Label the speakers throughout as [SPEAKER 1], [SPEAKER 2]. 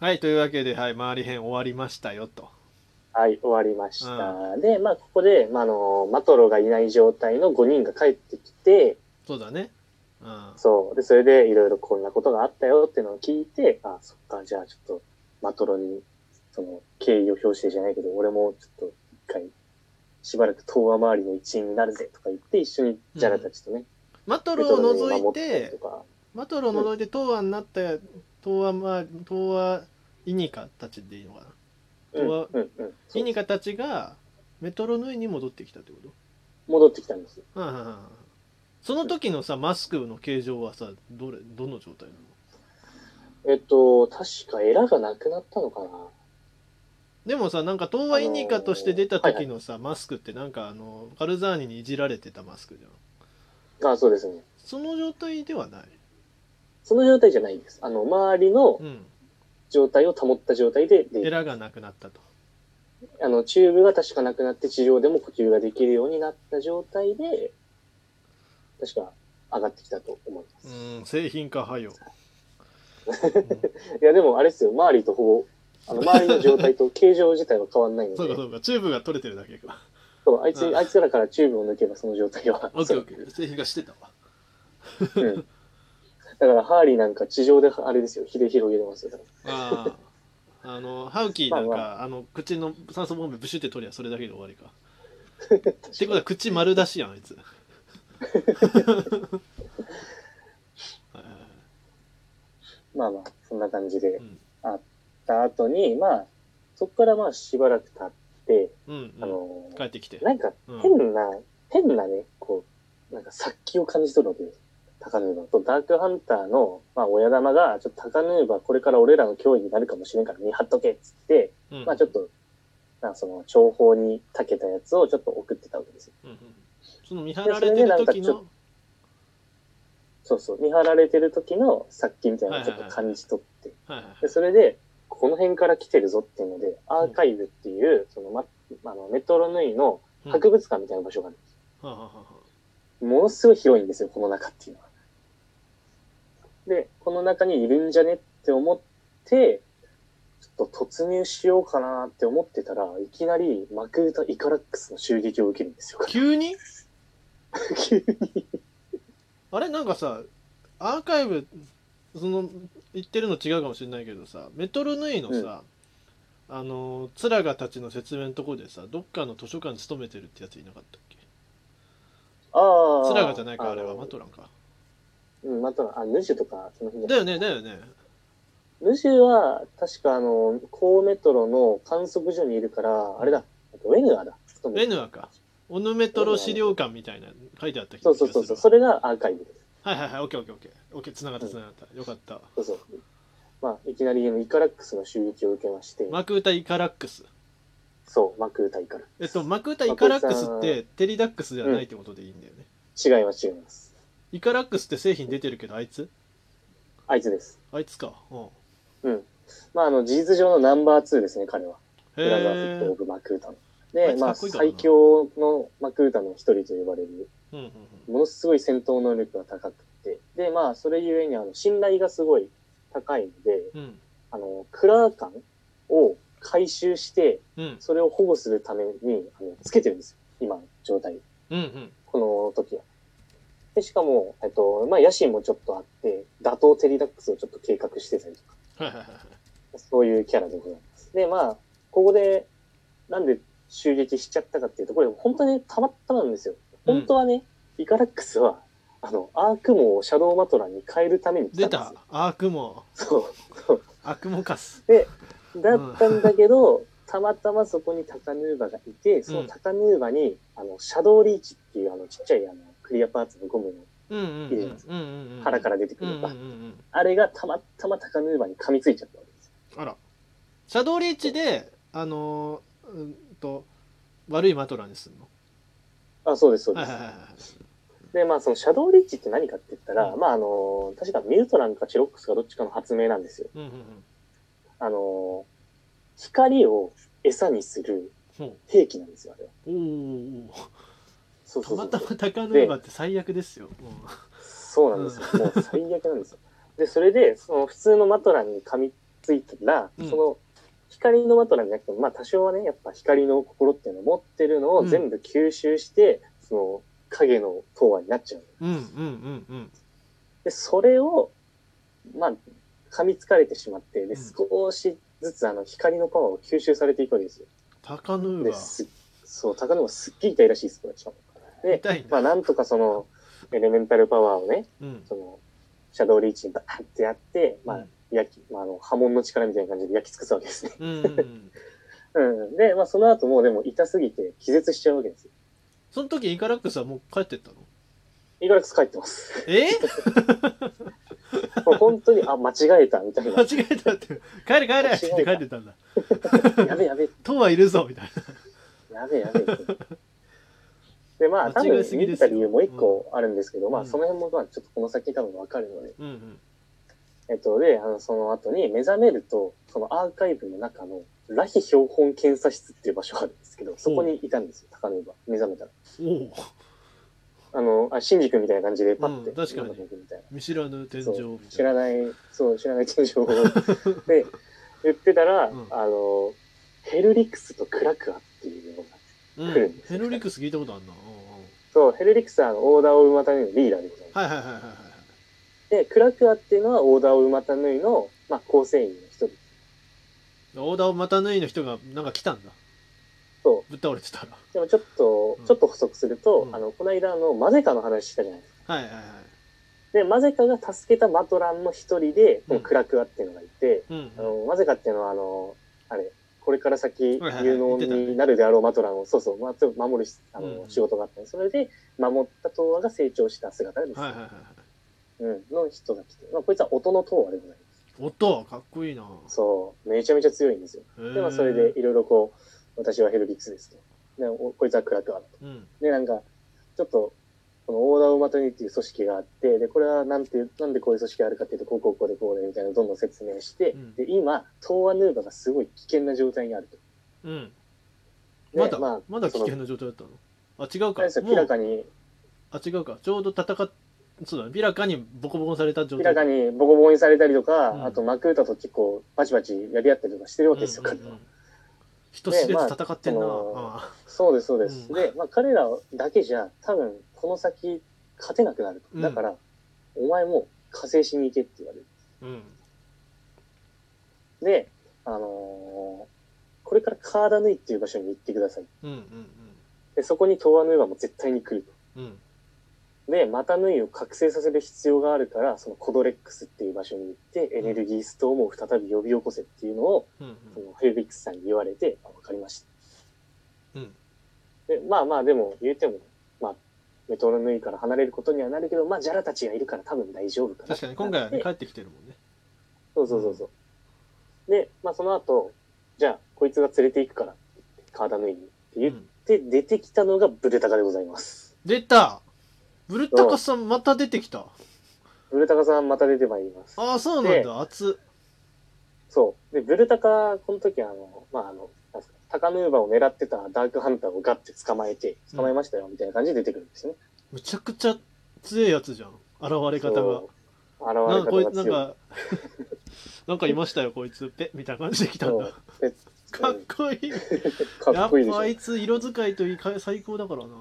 [SPEAKER 1] はい、というわけで、はい、周り編終わりましたよと。
[SPEAKER 2] はい、終わりました。で、まあ、ここで、まあ、あの、マトロがいない状態の5人が帰ってきて、
[SPEAKER 1] そうだね。うん。
[SPEAKER 2] そう。で、それで、いろいろこんなことがあったよっていうのを聞いて、あ、そっか、じゃあちょっと、マトロに、その、敬意を表してじゃないけど、俺もちょっと、一回、しばらく東亜周りの一員になるぜとか言って、一緒にジャラたちとね、
[SPEAKER 1] マト
[SPEAKER 2] メ
[SPEAKER 1] ロを
[SPEAKER 2] に
[SPEAKER 1] 除い
[SPEAKER 2] 守ったり
[SPEAKER 1] て
[SPEAKER 2] と、か、
[SPEAKER 1] マトロを除いて東亜になった、東亜、まあ、東亜イニカたちでいいのかな。
[SPEAKER 2] うん、うん
[SPEAKER 1] とは、
[SPEAKER 2] うん。
[SPEAKER 1] イニカたちがメトロヌイに戻ってきたってこと
[SPEAKER 2] 戻ってきたんです。
[SPEAKER 1] はいはいはいその時のさマスクの形状はさどれどの状態なの
[SPEAKER 2] えっと、確かエラがなくなったのかな
[SPEAKER 1] でもさなんか東亜イニカとして出た時のさ、マスクってなんかあのカルザーニにいじられてたマスクじゃん
[SPEAKER 2] あ、そうですね。
[SPEAKER 1] その状態ではない
[SPEAKER 2] その状態じゃないです。あの、周りの
[SPEAKER 1] うん
[SPEAKER 2] 状態を保った状態で、で
[SPEAKER 1] エラがなくなったと
[SPEAKER 2] あの、チューブが確かなくなって地上でも呼吸ができるようになった状態で、確か上がってきたと思いま
[SPEAKER 1] う
[SPEAKER 2] す。い
[SPEAKER 1] ーん製品化はよ、
[SPEAKER 2] や、でもあれですよ、周りとほぼ、あの、周りの状態と形状自体は変わんないの
[SPEAKER 1] そうか
[SPEAKER 2] で、
[SPEAKER 1] そうかチューブが取れてるだけか
[SPEAKER 2] そう、あいつ、
[SPEAKER 1] うん
[SPEAKER 2] あいつらからチューブを抜けばその状態は。
[SPEAKER 1] オッケ
[SPEAKER 2] そ
[SPEAKER 1] ー
[SPEAKER 2] う
[SPEAKER 1] オッケー製品化してたわ
[SPEAKER 2] うん。だから、ハーリーなんか地上で、あれですよ、ひで広げれますよ。
[SPEAKER 1] あああのハウキーなんか、
[SPEAKER 2] まあ
[SPEAKER 1] あの口の酸素ボンベブシュって取りゃそれだけで終わりか
[SPEAKER 2] 確か
[SPEAKER 1] ってことは口丸出しやんあ いつはいはいはい
[SPEAKER 2] まあまあ、そんな感じで
[SPEAKER 1] うん
[SPEAKER 2] あった後に、まあ、そこからまあしばらく経って、
[SPEAKER 1] うん、
[SPEAKER 2] あ
[SPEAKER 1] うん、
[SPEAKER 2] のー
[SPEAKER 1] 帰ってきて
[SPEAKER 2] なんか
[SPEAKER 1] うん
[SPEAKER 2] 変な、変なね、こう、なんか殺気を感じ取るわけです。高ヌーバとダークハンターの、まあ、親玉が、ちょっと高ヌーバこれから俺らの脅威になるかもしれんから見張っとけっつって、
[SPEAKER 1] うん
[SPEAKER 2] まあちょっと、なんかその、情報に長けたやつをちょっと送ってたわけですよ。
[SPEAKER 1] うんうんその見張られてる時
[SPEAKER 2] でそれでなん
[SPEAKER 1] の
[SPEAKER 2] そうそう、見張られてる時の殺気みたいなのをちょっと
[SPEAKER 1] はいはいはい
[SPEAKER 2] 感じ取って、
[SPEAKER 1] はいはい
[SPEAKER 2] で、それで、この辺から来てるぞっていうので、アーカイブっていう、その、ま、あの、メトロヌイの
[SPEAKER 1] うん
[SPEAKER 2] 博物館みたいな場所がある。
[SPEAKER 1] はあはあは
[SPEAKER 2] ものすごい広いんですよ、この中っていうのは。で、この中にいるんじゃねって思って、ちょっと突入しようかなって思ってたら、いきなりマクータ・イカラックスの襲撃を受けるんですよ
[SPEAKER 1] あ。急に
[SPEAKER 2] 急に
[SPEAKER 1] あれなんかさアーカイブその言ってるの違うかもしれないけどさメトロヌイのさ、あのツラガたちの説明のとこでさどっかの図書館に勤めてるってやついなかったっけ
[SPEAKER 2] ああ。
[SPEAKER 1] ツラガじゃないかあれは
[SPEAKER 2] の
[SPEAKER 1] マトランか
[SPEAKER 2] うん、マトラン。あ、ヌジュとか、その辺
[SPEAKER 1] だ
[SPEAKER 2] で。
[SPEAKER 1] よねだよね
[SPEAKER 2] ヌジュは、確かあの、高メトロの観測所にいるから、あれだ、ウェヌアだ。勤め
[SPEAKER 1] ベ
[SPEAKER 2] て
[SPEAKER 1] ヌアかオヌメトロ資料館みたいな書いてあった気
[SPEAKER 2] そ
[SPEAKER 1] が
[SPEAKER 2] う
[SPEAKER 1] す
[SPEAKER 2] そ
[SPEAKER 1] る
[SPEAKER 2] うそうそう。
[SPEAKER 1] わ
[SPEAKER 2] それがアーカイブです。
[SPEAKER 1] はいはいはい、オッケーオッケーオッケー。オッケー、繋がった繋がった。よかった。
[SPEAKER 2] そうそう。まあ、いきなりあのイカラックスの襲撃を受けまして。
[SPEAKER 1] マクウタイカラックス。
[SPEAKER 2] そう、マクータイから。
[SPEAKER 1] えっと、マクウタイカラックスってテリダックスではないってことでいいんだよね。
[SPEAKER 2] 違います、違います。
[SPEAKER 1] イカラックスって製品出てるけど、あいつ
[SPEAKER 2] あいつです。
[SPEAKER 1] あいつか。うん。
[SPEAKER 2] うん。まあ、あの、事実上のナンバー2ですね、彼は。ブラザーズ・
[SPEAKER 1] へ
[SPEAKER 2] オ
[SPEAKER 1] え。
[SPEAKER 2] ブ・マクータの。
[SPEAKER 1] あ
[SPEAKER 2] で、
[SPEAKER 1] いつ
[SPEAKER 2] ま
[SPEAKER 1] か
[SPEAKER 2] あ、
[SPEAKER 1] っこいいからな
[SPEAKER 2] 最強のマクータの一人と呼ばれる、
[SPEAKER 1] うんうんうん。
[SPEAKER 2] ものすごい戦闘能力が高くて、で、まあ、それゆえに、あの、信頼がすごい高いので、
[SPEAKER 1] うん。
[SPEAKER 2] あの、クラー感を回収して、
[SPEAKER 1] うん。
[SPEAKER 2] それを保護するために、あの、つけてるんですよ。今の状態。
[SPEAKER 1] うんうん。
[SPEAKER 2] この時は。で、しかも、えっと、まあ、野心もちょっとあって、打倒テリダックスをちょっと計画してたりと
[SPEAKER 1] は
[SPEAKER 2] か、
[SPEAKER 1] いはいはいはい。
[SPEAKER 2] そういうキャラでございます。で、まあ、ここで、なんで襲撃しちゃったかっていうと、これ本当にたまったまなんですよ。本当はね、イカラックスは、あの、アークモをシャドウマトラに変えるために来
[SPEAKER 1] 出
[SPEAKER 2] たん
[SPEAKER 1] た
[SPEAKER 2] で。
[SPEAKER 1] 悪魔。
[SPEAKER 2] すよ。そう。
[SPEAKER 1] 悪魔カス。
[SPEAKER 2] そう。だったんだけど、たまたまそこにタカヌーバがいて、そのタカヌーバに、あの、シャドウリーチっていう、あの、ちっちゃい、あの、クリアパーツのゴムの
[SPEAKER 1] うんうんうん。うんうんうん。。
[SPEAKER 2] 腹からら出てく
[SPEAKER 1] うん
[SPEAKER 2] る、
[SPEAKER 1] うんうんうん。
[SPEAKER 2] あれがたまたま高ヌーバに噛みついちゃったわけですよ。
[SPEAKER 1] あら。シャドウリーチで、あのー、うんと、悪いマトラにすんの。
[SPEAKER 2] あ、そうです、そう
[SPEAKER 1] は
[SPEAKER 2] で
[SPEAKER 1] い
[SPEAKER 2] す。
[SPEAKER 1] はいはいはい。
[SPEAKER 2] で、まあ、そのシャドウリッチって何かって言ったら、
[SPEAKER 1] うん
[SPEAKER 2] まあ、あのー、確かミュートランかチロックスかどっちかの発明なんですよ。
[SPEAKER 1] うんうんうん。
[SPEAKER 2] あのー、光を餌にする
[SPEAKER 1] ほう。
[SPEAKER 2] 兵器なんですよ、あれは。
[SPEAKER 1] おーおー
[SPEAKER 2] そう
[SPEAKER 1] た
[SPEAKER 2] そうそ
[SPEAKER 1] ま
[SPEAKER 2] う。
[SPEAKER 1] たま高野馬って最悪ですよ、
[SPEAKER 2] そうなんですよ。もう最悪なんですよ。で、それで、その普通のマトランに噛みついたら、
[SPEAKER 1] うん
[SPEAKER 2] その光のマトラじゃなくても、まあ多少はね、やっぱ光の心っていうのを持ってるのを全部吸収して、その影の東亜になっちゃう。
[SPEAKER 1] うんうんうんうん
[SPEAKER 2] で、それを、まあ、噛みつかれてしまって、
[SPEAKER 1] うん
[SPEAKER 2] で、少しずつあの光のパワーを吸収されていくわけですよ。
[SPEAKER 1] 高ヌー
[SPEAKER 2] で、
[SPEAKER 1] が
[SPEAKER 2] すそう、高野もすっげえ痛いらしいです、これ。しかもで、
[SPEAKER 1] 痛いん
[SPEAKER 2] ま
[SPEAKER 1] だ、
[SPEAKER 2] あなんとかその、エレメンタルパワーをね、
[SPEAKER 1] うん
[SPEAKER 2] その、シャドウリーチにバーンってやって、ま
[SPEAKER 1] う
[SPEAKER 2] あ
[SPEAKER 1] ん、
[SPEAKER 2] 焼き、まあ、あの、波紋の力みたいな感じで焼き尽くすわけですね。
[SPEAKER 1] うんうんうん、
[SPEAKER 2] うん。で、まあ、その後もうでも痛すぎて気絶しちゃうわけですよ。
[SPEAKER 1] その時イカラックスはもう帰ってったの
[SPEAKER 2] イガラクス帰ってます。
[SPEAKER 1] え
[SPEAKER 2] もう本当に、あ、間違えた、みたい
[SPEAKER 1] 間
[SPEAKER 2] な。
[SPEAKER 1] 違えたって帰れ帰れって言って帰ってたんだ
[SPEAKER 2] やべやべ、
[SPEAKER 1] 「トンはいるぞ」みたいな
[SPEAKER 2] やべやべ。で、まあ、多
[SPEAKER 1] 間違
[SPEAKER 2] 分
[SPEAKER 1] えすぎ
[SPEAKER 2] 見
[SPEAKER 1] で
[SPEAKER 2] て
[SPEAKER 1] す
[SPEAKER 2] た
[SPEAKER 1] よ
[SPEAKER 2] 理由もう一個あるんですけど、ま
[SPEAKER 1] う
[SPEAKER 2] あ、
[SPEAKER 1] ん
[SPEAKER 2] その辺も、まあ、ちょっとこの先多分わかるので。
[SPEAKER 1] うんうん
[SPEAKER 2] えっと、で、あの、その後に目覚めると、そのアーカイブの中の、ラヒ標本検査室っていう場所があるんですけど、そこにいたんですよ、高野が。目覚めたら。
[SPEAKER 1] おお
[SPEAKER 2] あの、あ、シンジ君みたいな感じでパッて、
[SPEAKER 1] うん確かに
[SPEAKER 2] なん僕みたいな。
[SPEAKER 1] 見知らぬ天井
[SPEAKER 2] そう
[SPEAKER 1] み、
[SPEAKER 2] 知
[SPEAKER 1] たいな
[SPEAKER 2] らない、そう、知らない天井を。で、言ってたら、
[SPEAKER 1] うん
[SPEAKER 2] あの、ヘルリクスとクラクアっていうのが、
[SPEAKER 1] うん、
[SPEAKER 2] 来るんです
[SPEAKER 1] ヘルリクス聞いたことあるな、うんうん
[SPEAKER 2] そう、ヘルリクスはあのオーダーを馬たぬいのリーダーでございま
[SPEAKER 1] はいはいはいはいはい
[SPEAKER 2] す。で、クラクアっていうのはオーダーを馬たぬいの、まあ、構成員の一人。
[SPEAKER 1] オーダーをまた縫いの人がなんか来たんだ
[SPEAKER 2] そう。
[SPEAKER 1] ぶっ倒れてたら
[SPEAKER 2] でもちょっと
[SPEAKER 1] うん、
[SPEAKER 2] ちょっと補足すると、
[SPEAKER 1] うん
[SPEAKER 2] あの、この間あのマゼカの話したじゃないですか。
[SPEAKER 1] はいはいはい
[SPEAKER 2] で、マゼカが助けたマトランの一人で、このクラクアっていうのがいて、
[SPEAKER 1] うん
[SPEAKER 2] あの、マゼカっていうのはあの、あれ、これから先
[SPEAKER 1] はいはい
[SPEAKER 2] 有能になるであろうマトランを、そうそう、まず守るしあ
[SPEAKER 1] うんう
[SPEAKER 2] の
[SPEAKER 1] ん
[SPEAKER 2] 仕事があったのそれで守った東亜が成長した姿です。
[SPEAKER 1] はいはいはいはい
[SPEAKER 2] うん、の人が来て、まあ、こいつは音の東亜でございま
[SPEAKER 1] 音かっこいいな
[SPEAKER 2] す。そう、めちゃめちゃ強いんですよ。
[SPEAKER 1] へ
[SPEAKER 2] で、
[SPEAKER 1] え
[SPEAKER 2] まあ、それでいろいろこう、私はヘルリクスですと。で、おこいつはクラクアだと。
[SPEAKER 1] うん
[SPEAKER 2] で、なんか、ちょっと、このオーダーをまとめっていう組織があって、で、これはなんていう、なんでこういう組織があるかっていうと、こうこうこうでこうでみたいなのをどんどん説明して、
[SPEAKER 1] うん
[SPEAKER 2] で、今、東亜ヌーバがすごい危険な状態にあると。
[SPEAKER 1] うん
[SPEAKER 2] で
[SPEAKER 1] まだ、
[SPEAKER 2] まあ
[SPEAKER 1] まだ危
[SPEAKER 2] その
[SPEAKER 1] 険な状態だったのあ違う
[SPEAKER 2] あ
[SPEAKER 1] か
[SPEAKER 2] れですよ、
[SPEAKER 1] も
[SPEAKER 2] ピラ
[SPEAKER 1] う
[SPEAKER 2] カに、
[SPEAKER 1] あ違うかちょうど戦っそうだねピラカにボコボコにされた状
[SPEAKER 2] ピ
[SPEAKER 1] 態
[SPEAKER 2] ラカにボコボコにされたりとか、
[SPEAKER 1] うん
[SPEAKER 2] あとマクータと結構バチバチやり合ったりとかしてるわけですよ、
[SPEAKER 1] うんうん
[SPEAKER 2] 彼
[SPEAKER 1] う
[SPEAKER 2] は
[SPEAKER 1] ん。人知れ
[SPEAKER 2] ま
[SPEAKER 1] ず
[SPEAKER 2] あ
[SPEAKER 1] 戦ってんな、
[SPEAKER 2] その
[SPEAKER 1] あ
[SPEAKER 2] そうです、そうです。
[SPEAKER 1] うん
[SPEAKER 2] で、まあ彼らだけじゃ、多分この先勝てなくなると。だから、お前も加勢しに行けって言われる。
[SPEAKER 1] あうん
[SPEAKER 2] で、あのーこれからカーダヌイっていう場所に行ってください。
[SPEAKER 1] うんうん
[SPEAKER 2] で、そこにトワヌイはもう絶対に来る
[SPEAKER 1] うんうん
[SPEAKER 2] と。で、マタヌイを覚醒させる必要があるから、そのコドレックスっていう場所に行って、エネルギーストームを再び呼び起こせっていうのを、
[SPEAKER 1] うん
[SPEAKER 2] そのヘルビックスさんに言われて、あわかりまし
[SPEAKER 1] う
[SPEAKER 2] た。
[SPEAKER 1] ん
[SPEAKER 2] で、まあまあ、でも、言うても、まあ、メトロヌイから離れることにはなるけど、まあ、ジャラたちがいるから多分大丈夫かな。
[SPEAKER 1] 確かに今回はね
[SPEAKER 2] で
[SPEAKER 1] 帰ってきてるもんね
[SPEAKER 2] そうそうそうそう。で、まあ、その後、じゃあ、こいつが連れて行くから、カーダヌイに。って言っ
[SPEAKER 1] うん
[SPEAKER 2] て、出てきたのがブルタカでございます。
[SPEAKER 1] 出たブルタカさんまた出てきた
[SPEAKER 2] ブルタカさんまた出てまいります。
[SPEAKER 1] ああそうなんだ熱
[SPEAKER 2] そう。で、ブルタカ、この時あの、まあ、あの、なんすか、タカヌーバを狙ってたダークハンターをガッて捕まえて、捕まえましたよ、みたいな感じで出てくるんですね。
[SPEAKER 1] むちゃくちゃ強いやつじゃん現れ方が
[SPEAKER 2] そう。現れ
[SPEAKER 1] なんかこい
[SPEAKER 2] 方が
[SPEAKER 1] なん
[SPEAKER 2] 強い。
[SPEAKER 1] か なんかいましたよこいつペッみたいな感じで来たんだ
[SPEAKER 2] そうで
[SPEAKER 1] かっこいい
[SPEAKER 2] うんかっこいいで
[SPEAKER 1] やっぱ
[SPEAKER 2] しょ
[SPEAKER 1] あ。いつ色使いといいか最高だからな、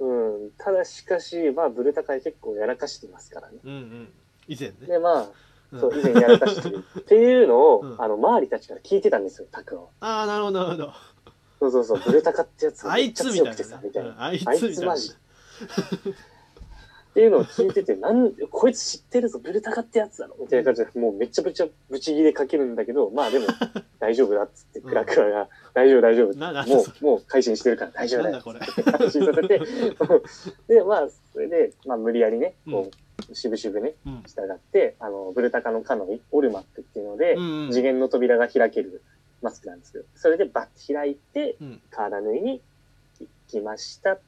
[SPEAKER 1] うん
[SPEAKER 2] うん。ただしかし、まあ、ブルタカは結構やらかしてますからね。
[SPEAKER 1] うんうん以前ね
[SPEAKER 2] で、ま
[SPEAKER 1] う
[SPEAKER 2] あ、
[SPEAKER 1] ん
[SPEAKER 2] そう、以前やらかしてる。っていうのを、
[SPEAKER 1] うん
[SPEAKER 2] あの、周りたちから聞いてたんですよ、タクは。
[SPEAKER 1] ああなるほどなるほど
[SPEAKER 2] そうそうそう、ブルタカってやつ
[SPEAKER 1] あ
[SPEAKER 2] め
[SPEAKER 1] い
[SPEAKER 2] っちゃ
[SPEAKER 1] つみ
[SPEAKER 2] 強
[SPEAKER 1] た
[SPEAKER 2] く
[SPEAKER 1] い
[SPEAKER 2] て
[SPEAKER 1] な
[SPEAKER 2] さ、
[SPEAKER 1] ね
[SPEAKER 2] みたいな。
[SPEAKER 1] うんあいつ
[SPEAKER 2] あい
[SPEAKER 1] み
[SPEAKER 2] つ
[SPEAKER 1] たいな
[SPEAKER 2] マジ。っていうのを聞いてて、なん、こいつ知ってるぞ、ブルタカってやつだろみたいな感じで、もうめちゃくちゃブチギレかけるんだけど、まあで も、大丈夫だっつって、
[SPEAKER 1] うん
[SPEAKER 2] クラクラが、大丈夫大丈
[SPEAKER 1] ななん
[SPEAKER 2] 夫。
[SPEAKER 1] だ
[SPEAKER 2] も、
[SPEAKER 1] そう
[SPEAKER 2] もう改心してるから大丈夫
[SPEAKER 1] な
[SPEAKER 2] だ
[SPEAKER 1] んだ
[SPEAKER 2] よ。
[SPEAKER 1] これ
[SPEAKER 2] 改 心させて、で、まあ、それで、まあ無理やりね、こう、しぶしぶね、
[SPEAKER 1] うん
[SPEAKER 2] 従って、あの、ブルタカのカノイ、オルマックっていうので、
[SPEAKER 1] うんうん
[SPEAKER 2] 次元の扉が開けるマスクなんですけど、それでバッて開いて、
[SPEAKER 1] うん
[SPEAKER 2] カーダヌイに行きましたっ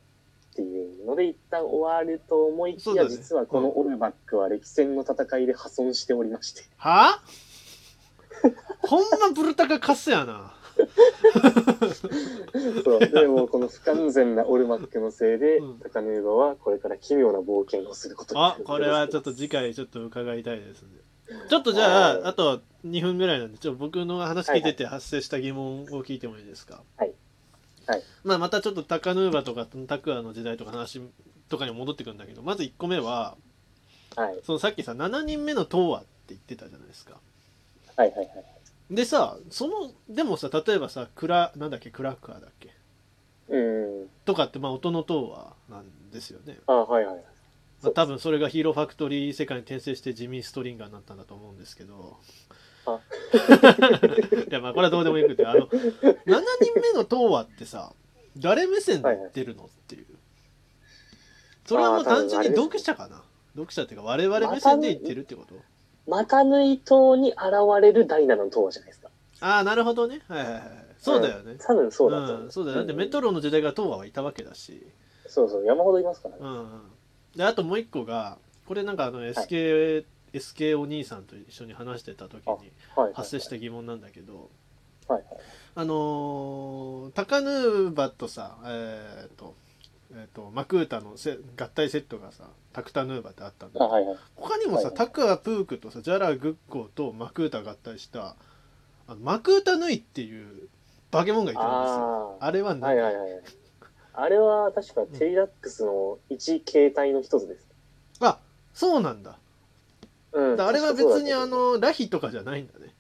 [SPEAKER 2] ていうので、一旦終わると思いき
[SPEAKER 1] そう
[SPEAKER 2] や、
[SPEAKER 1] だね
[SPEAKER 2] 実はこのオルマックは歴戦の戦いで破損しておりまして、
[SPEAKER 1] はあほんまブルタカカスやな
[SPEAKER 2] そう、でもこの不完全なオルマックのせいで
[SPEAKER 1] うん、
[SPEAKER 2] タカヌイバはこれから奇妙な冒険をすることにな
[SPEAKER 1] あ
[SPEAKER 2] る
[SPEAKER 1] これはちょっと次回ちょっと伺いたいですねちょっとじゃ
[SPEAKER 2] うん
[SPEAKER 1] あ、あと2分ぐらいなんで、ちょっと僕の話聞いてて発生した疑問を聞いてもいいですか。
[SPEAKER 2] はい。はい。
[SPEAKER 1] まあ、またちょっとタカヌーバとかタクアの時代とか話とかに戻ってくるんだけど、まず1個目は、
[SPEAKER 2] はい。
[SPEAKER 1] そのさっきさ、7人目の党はって言ってたじゃないですか。
[SPEAKER 2] はいはいはい。
[SPEAKER 1] でさ、その、でもさ、例えばさ、クラ、なんだっけ、クラッカーだっけ
[SPEAKER 2] うん。
[SPEAKER 1] とかって、まあ、音の党はなんですよね。
[SPEAKER 2] あはいはい。
[SPEAKER 1] ま
[SPEAKER 2] そ
[SPEAKER 1] あ、
[SPEAKER 2] う
[SPEAKER 1] 多分それがヒーローファクトリー世界に転生してジミー・ストリンガーになったんだと思うんですけど
[SPEAKER 2] あ
[SPEAKER 1] いやまあこれはどうでもよくてあの7人目の東和ってさ誰目線で言ってるのっていうそれはもう単純に読者かな読者っていうか我々目線で言ってるってこと
[SPEAKER 2] またぬい島に現れるダイナの塔じゃないですか。
[SPEAKER 1] ああなるほどねはいはいはいそうだよね、
[SPEAKER 2] 多分そうだと思
[SPEAKER 1] うん、そうだよだってメト
[SPEAKER 2] ロ、
[SPEAKER 1] ロの時代から東和はいたわけだし
[SPEAKER 2] そうそう、山ほどいますからね。
[SPEAKER 1] うんうんであともう一個がこれなんかあの SK,、SK お兄さんと一緒に話してた時に
[SPEAKER 2] はい。。
[SPEAKER 1] 発生したた疑問なんだけど
[SPEAKER 2] はい
[SPEAKER 1] あのータカヌーバとさえっ、と,、えー、とマクータのせ合体セットがさタクタヌーバってあったんだけ
[SPEAKER 2] あ、
[SPEAKER 1] ど、
[SPEAKER 2] はいはい。
[SPEAKER 1] 他にもさ、
[SPEAKER 2] はい
[SPEAKER 1] タクアプークとさジャラグッコーとマクータ合体したあのマクータヌイっていう化け物がいたんですよ
[SPEAKER 2] あ
[SPEAKER 1] あれは
[SPEAKER 2] あ。
[SPEAKER 1] 何、
[SPEAKER 2] はいはいはい。あれは確かテリラックスの一形態の一つです。
[SPEAKER 1] あそうなんだ
[SPEAKER 2] う
[SPEAKER 1] だ
[SPEAKER 2] ん。
[SPEAKER 1] からあれは別
[SPEAKER 2] 確かそうだ
[SPEAKER 1] にあ
[SPEAKER 2] と思う、
[SPEAKER 1] のラヒとかじゃないんだね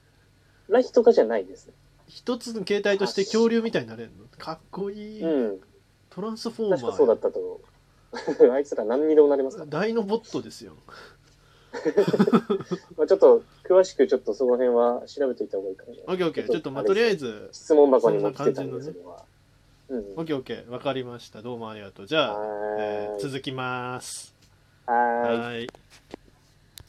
[SPEAKER 2] ラヒとかじゃないですね。
[SPEAKER 1] 一つの形態として恐竜みたいになれるのかっこいい、
[SPEAKER 2] うん。
[SPEAKER 1] トランスフォー
[SPEAKER 2] 確
[SPEAKER 1] マ
[SPEAKER 2] かそうだっ
[SPEAKER 1] ー
[SPEAKER 2] たと思う。 あいつら何にでもなりますから。
[SPEAKER 1] 大のボットですよ
[SPEAKER 2] まあちょっと、詳しくちょっとその辺は調べておいた方がいいかもしれ
[SPEAKER 1] オ
[SPEAKER 2] な
[SPEAKER 1] ッ
[SPEAKER 2] い。
[SPEAKER 1] ケーオッケーちょっとまあ
[SPEAKER 2] れ
[SPEAKER 1] とりあえず
[SPEAKER 2] 質問箱にも来てたん
[SPEAKER 1] そ
[SPEAKER 2] で、そ
[SPEAKER 1] んな感
[SPEAKER 2] れは。うん。
[SPEAKER 1] オッケーオッケーわかりましたどうもありがとうじゃあ、えー
[SPEAKER 2] はーい。
[SPEAKER 1] 続きます
[SPEAKER 2] はーい。
[SPEAKER 1] はい